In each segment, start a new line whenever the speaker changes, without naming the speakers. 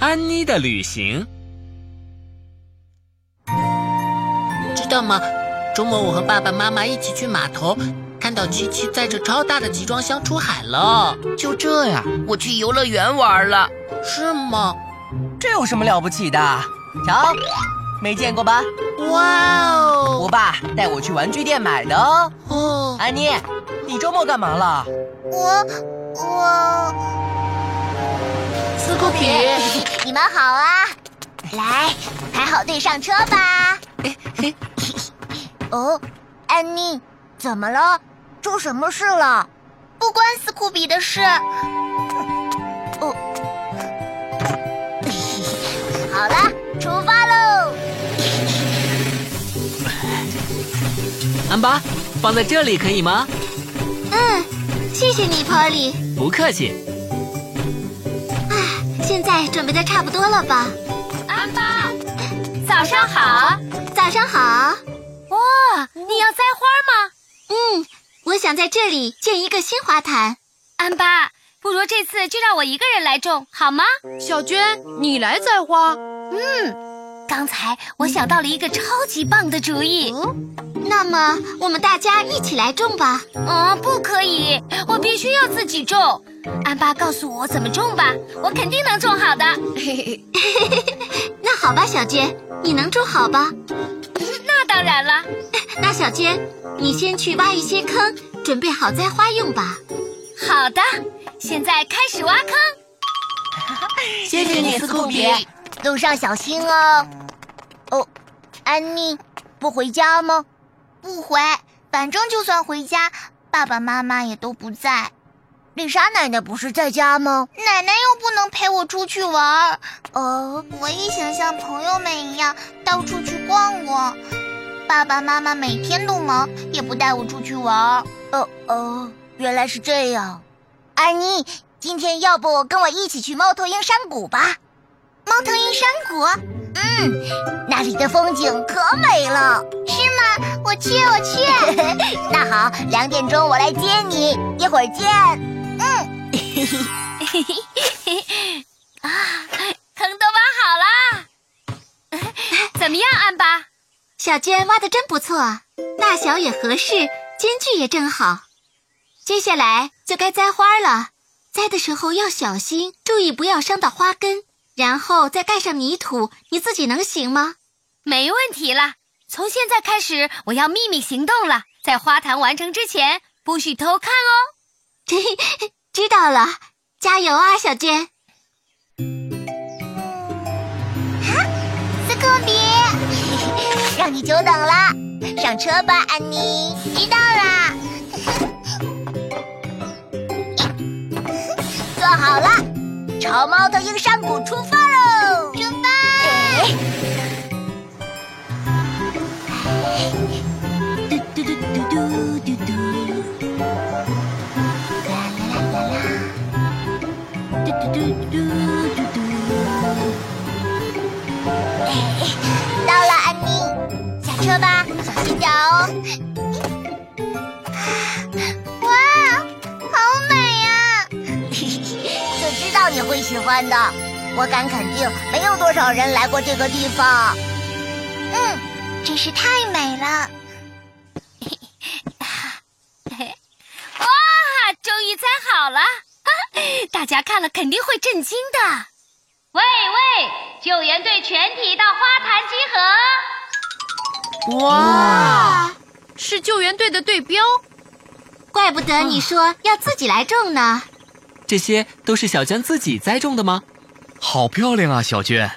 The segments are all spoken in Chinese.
安妮的旅行，
知道吗？周末我和爸爸妈妈一起去码头，看到琪琪载着超大的集装箱出海了，
就这呀，我去游乐园玩了。
是吗？
这有什么了不起的？瞧，没见过吧？
哇
我
哦！
爸带我去玩具店买的哦。
哦，
安妮，你周末干嘛了？
我我，
斯库比，
你们好啊！来，排好队上车 吧。哦，安妮，怎么了？出什么事了？不关斯库比的事。哦， 好了，出发喽！
安巴，放在这里可以吗？
嗯，谢谢你，Polly。
不客气。
现在准备的差不多了吧？安巴，早上好，早上好。哇，你要栽花吗？嗯，我想在这里建一个新花坛。
安巴，不如这次就让我一个人来种好吗？
小娟，你来栽花，
嗯刚才我想到了一个超级棒的主意。
嗯那么，我们大家一起来种吧。
嗯，不可以，我必须要自己种。安巴告诉我怎么种吧，我肯定能种好的。
那好吧，小娟，你能种好吧？
那当然了，
那小娟，你先去挖一些坑，准备好栽花用吧。
好的，现在开始挖坑。
谢谢你，斯库比。
路上小心哦。哦，安妮，不回家吗？不回，反正就算回家，爸爸妈妈也都不在。丽莎奶奶不是在家吗？奶奶又不能陪我出去玩。哦，我也想像朋友们一样到处去逛逛。爸爸妈妈每天都忙，也不带我出去玩。哦哦，原来是这样。安妮，今天要不跟我一起去猫头鹰山谷吧？猫头鹰山谷，嗯，那里的风景可美了，是吗？我去，我去。 那好，两点钟我来接你，一会儿见。
坑都挖好啦， 怎么样，安巴？
小娟挖的真不错，大小也合适，间距也正好。接下来就该栽花了，栽的时候要小心，注意不要伤到花根，然后再盖上泥土。你自己能行吗？
没问题啦。从现在开始，我要秘密行动了。在花坛完成之前，不许偷看哦。
知道了，加油啊，小娟！斯库比， 让你久等了，上车吧，安妮。知道 啦，做好了，朝猫头鹰山谷出发喽！出发！嘟嘟嘟嘟嘟嘟嘟。嘟嘟嘟嘟嘟嘟。到了，安妮，下车吧，小心脚哦。 哇，好美呀、 就知道你会喜欢的，我敢肯定，没有多少人来过这个地方。嗯，真是太美了。
啊，终于栽好了！ 大家看了肯定会震惊的。喂喂，救援队全体到花坛集合！
哇，是救援队的队标。
怪不得你说要自己来种呢。
这些都是小娟自己栽种的吗？
好漂亮啊，小娟！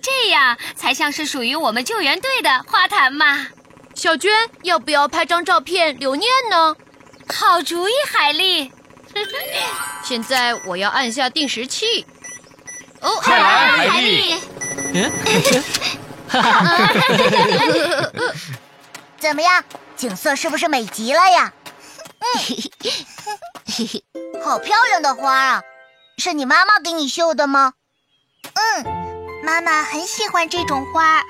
这样才像是属于我们救援队的花坛嘛。
小娟，要不要拍张照片留念呢？
好主意，海丽！
现在我要按下定时器。哦，
快来海丽！
嗯，
怎么样，景色是不是美极了 呀？嗯，好漂亮的花啊！是你妈妈给你绣的吗？嗯，妈妈很喜欢这种花，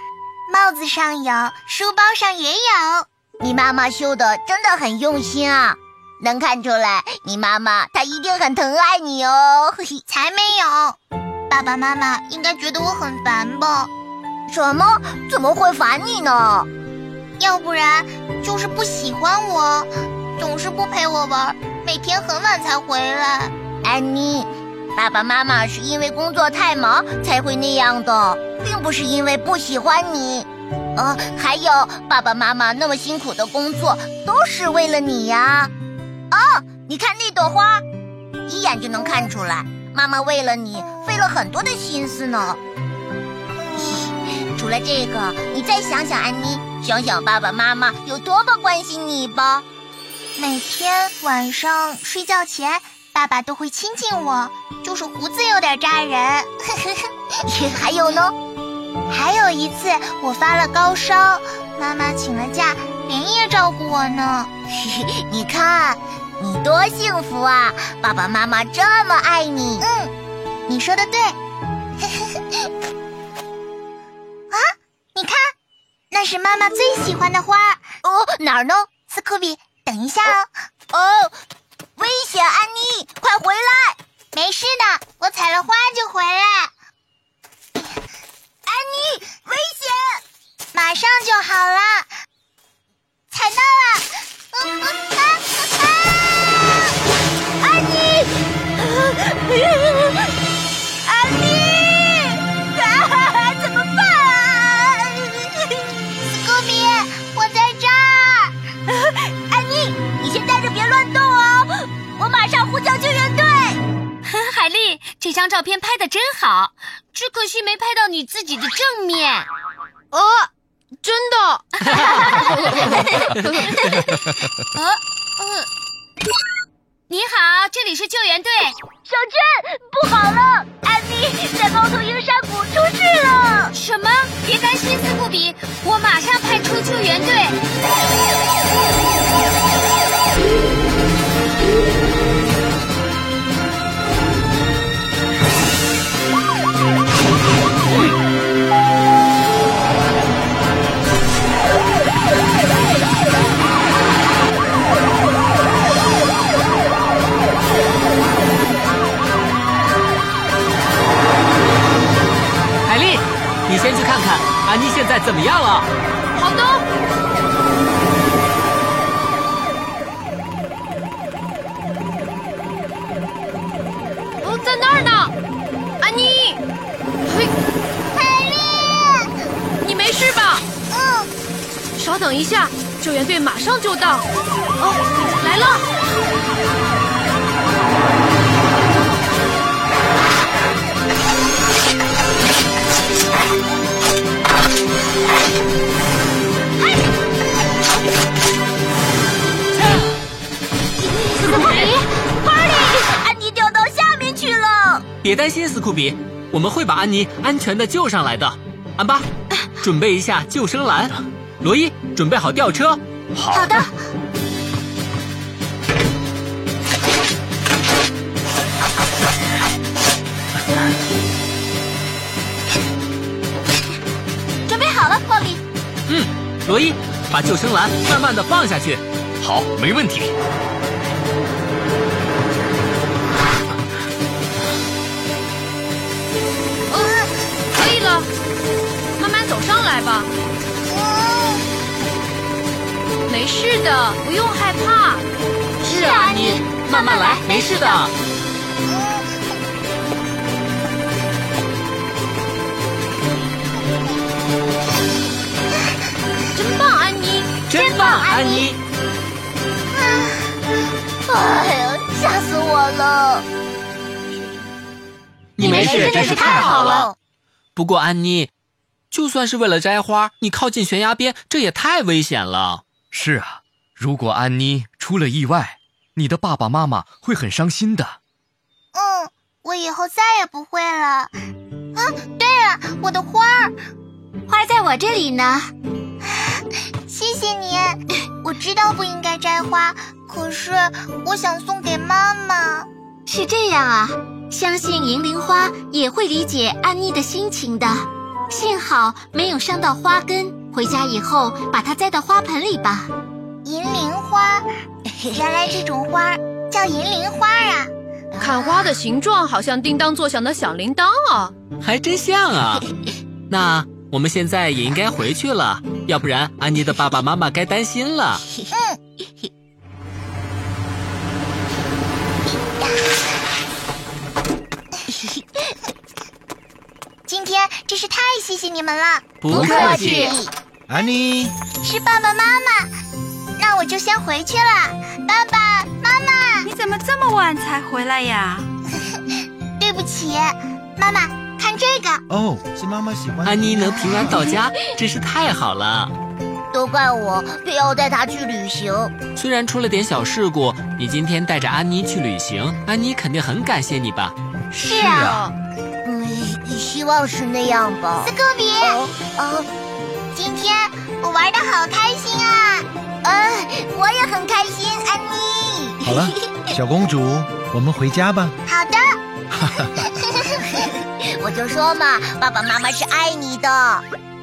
帽子上有，书包上也有。你妈妈绣的真的很用心啊， 能看出来，你妈妈她一定很疼爱你哦。才没有，爸爸妈妈应该觉得我很烦吧？什么？怎么会烦你呢？要不然就是不喜欢我，总是不陪我玩，每天很晚才回来。安妮，爸爸妈妈是因为工作太忙才会那样的，并不是因为不喜欢你。呃，还有爸爸妈妈那么辛苦的工作，都是为了你呀、哦，你看那朵花，一眼就能看出来，妈妈为了你费了很多的心思呢。除了这个，你再想想安妮，想想爸爸妈妈有多么关心你吧。每天晚上睡觉前，爸爸都会亲近我，就是胡子有点扎人。 还有呢？还有一次我发了高烧，妈妈请了假，连夜照顾我呢。 你看，你多幸福啊！爸爸妈妈这么爱你。嗯，你说的对。啊，你看，那是妈妈最喜欢的花。哦，哪儿呢？斯库比，等一下哦。哦，危险，安妮，快回来！没事的，我采了花就回来。安妮，危险！马上就好了，踩到了！嗯嗯啊啊！安妮，安妮，啊，怎么办啊？斯科比，我在这儿。安妮，你先待着，别乱动哦，我马上呼叫救援队。
海丽，这张照片拍的真好，只可惜没拍到你自己的正面。
哦，真 的。
哦呃你好，这里是救援队。
小娟，不好了，安妮在猫头鹰山谷出事了。
什么？别担心，斯库比，我马上派出救援队。
海丽，你先去看看安妮现在怎么样了。
好的。哦，在那儿呢，安妮。嘿，
海丽，
你没事吧？
嗯，
稍等一下，救援队马上就到。哦，来了。
斯库比，Party，安妮掉到下面去了。
别担心，斯库比，我们会把安妮安全的救上来的。安巴，准备一下救生篮。罗伊，准备好吊车。
好的，准备好了，波比。
嗯，罗伊，把救生篮慢慢的放下去。
好，没问题。
嗯，可以了，慢慢走上来吧，
嗯，
没事的，不用害怕。
是啊，安妮，慢慢来，没事的。
真棒，安妮。
真棒，安妮。
哎呀，吓死我了！
你没事，真是太好了。
了。
不过安妮，就算是为了摘花，你靠近悬崖边，这也太危险了。
是啊，如果安妮出了意外，你的爸爸妈妈会很伤心的。
嗯，我以后再也不会
啊
了。嗯，对了，我的花儿，
花儿在我这里呢。
谢谢你。我知道不应该摘花，可是我想送给妈妈。
是这样啊，相信银铃花也会理解安妮的心情的。幸好没有伤到花根，回家以后把它栽到花盆里吧。
银铃花，原来这种花儿叫银铃花啊！
砍花的形状好像叮当作响的小铃铛啊！
还真像啊。那我们现在也应该回去了，要不然安妮的爸爸妈妈该担心了。
嗯嗯今天真是太谢谢你们了，
不客气。
安妮，
是爸爸妈妈。那我就先回去了，爸爸妈妈。
你怎么这么晚才回来呀？
对不起，妈妈，看这个。
哦，是妈妈喜欢的
安妮能平安到家，真是太好了。
都怪我，非要带她去旅行。
虽然出了点小事故，你今天带着安妮去旅行，安妮肯定很感谢你吧？
是啊。
嗯，希望是那样吧。斯科比，哦，哦今天我玩的好开心啊！呃，我也很开心，安妮。
好了，小公主，我们回家吧。
好的。 我就说嘛，爸爸妈妈是爱你的。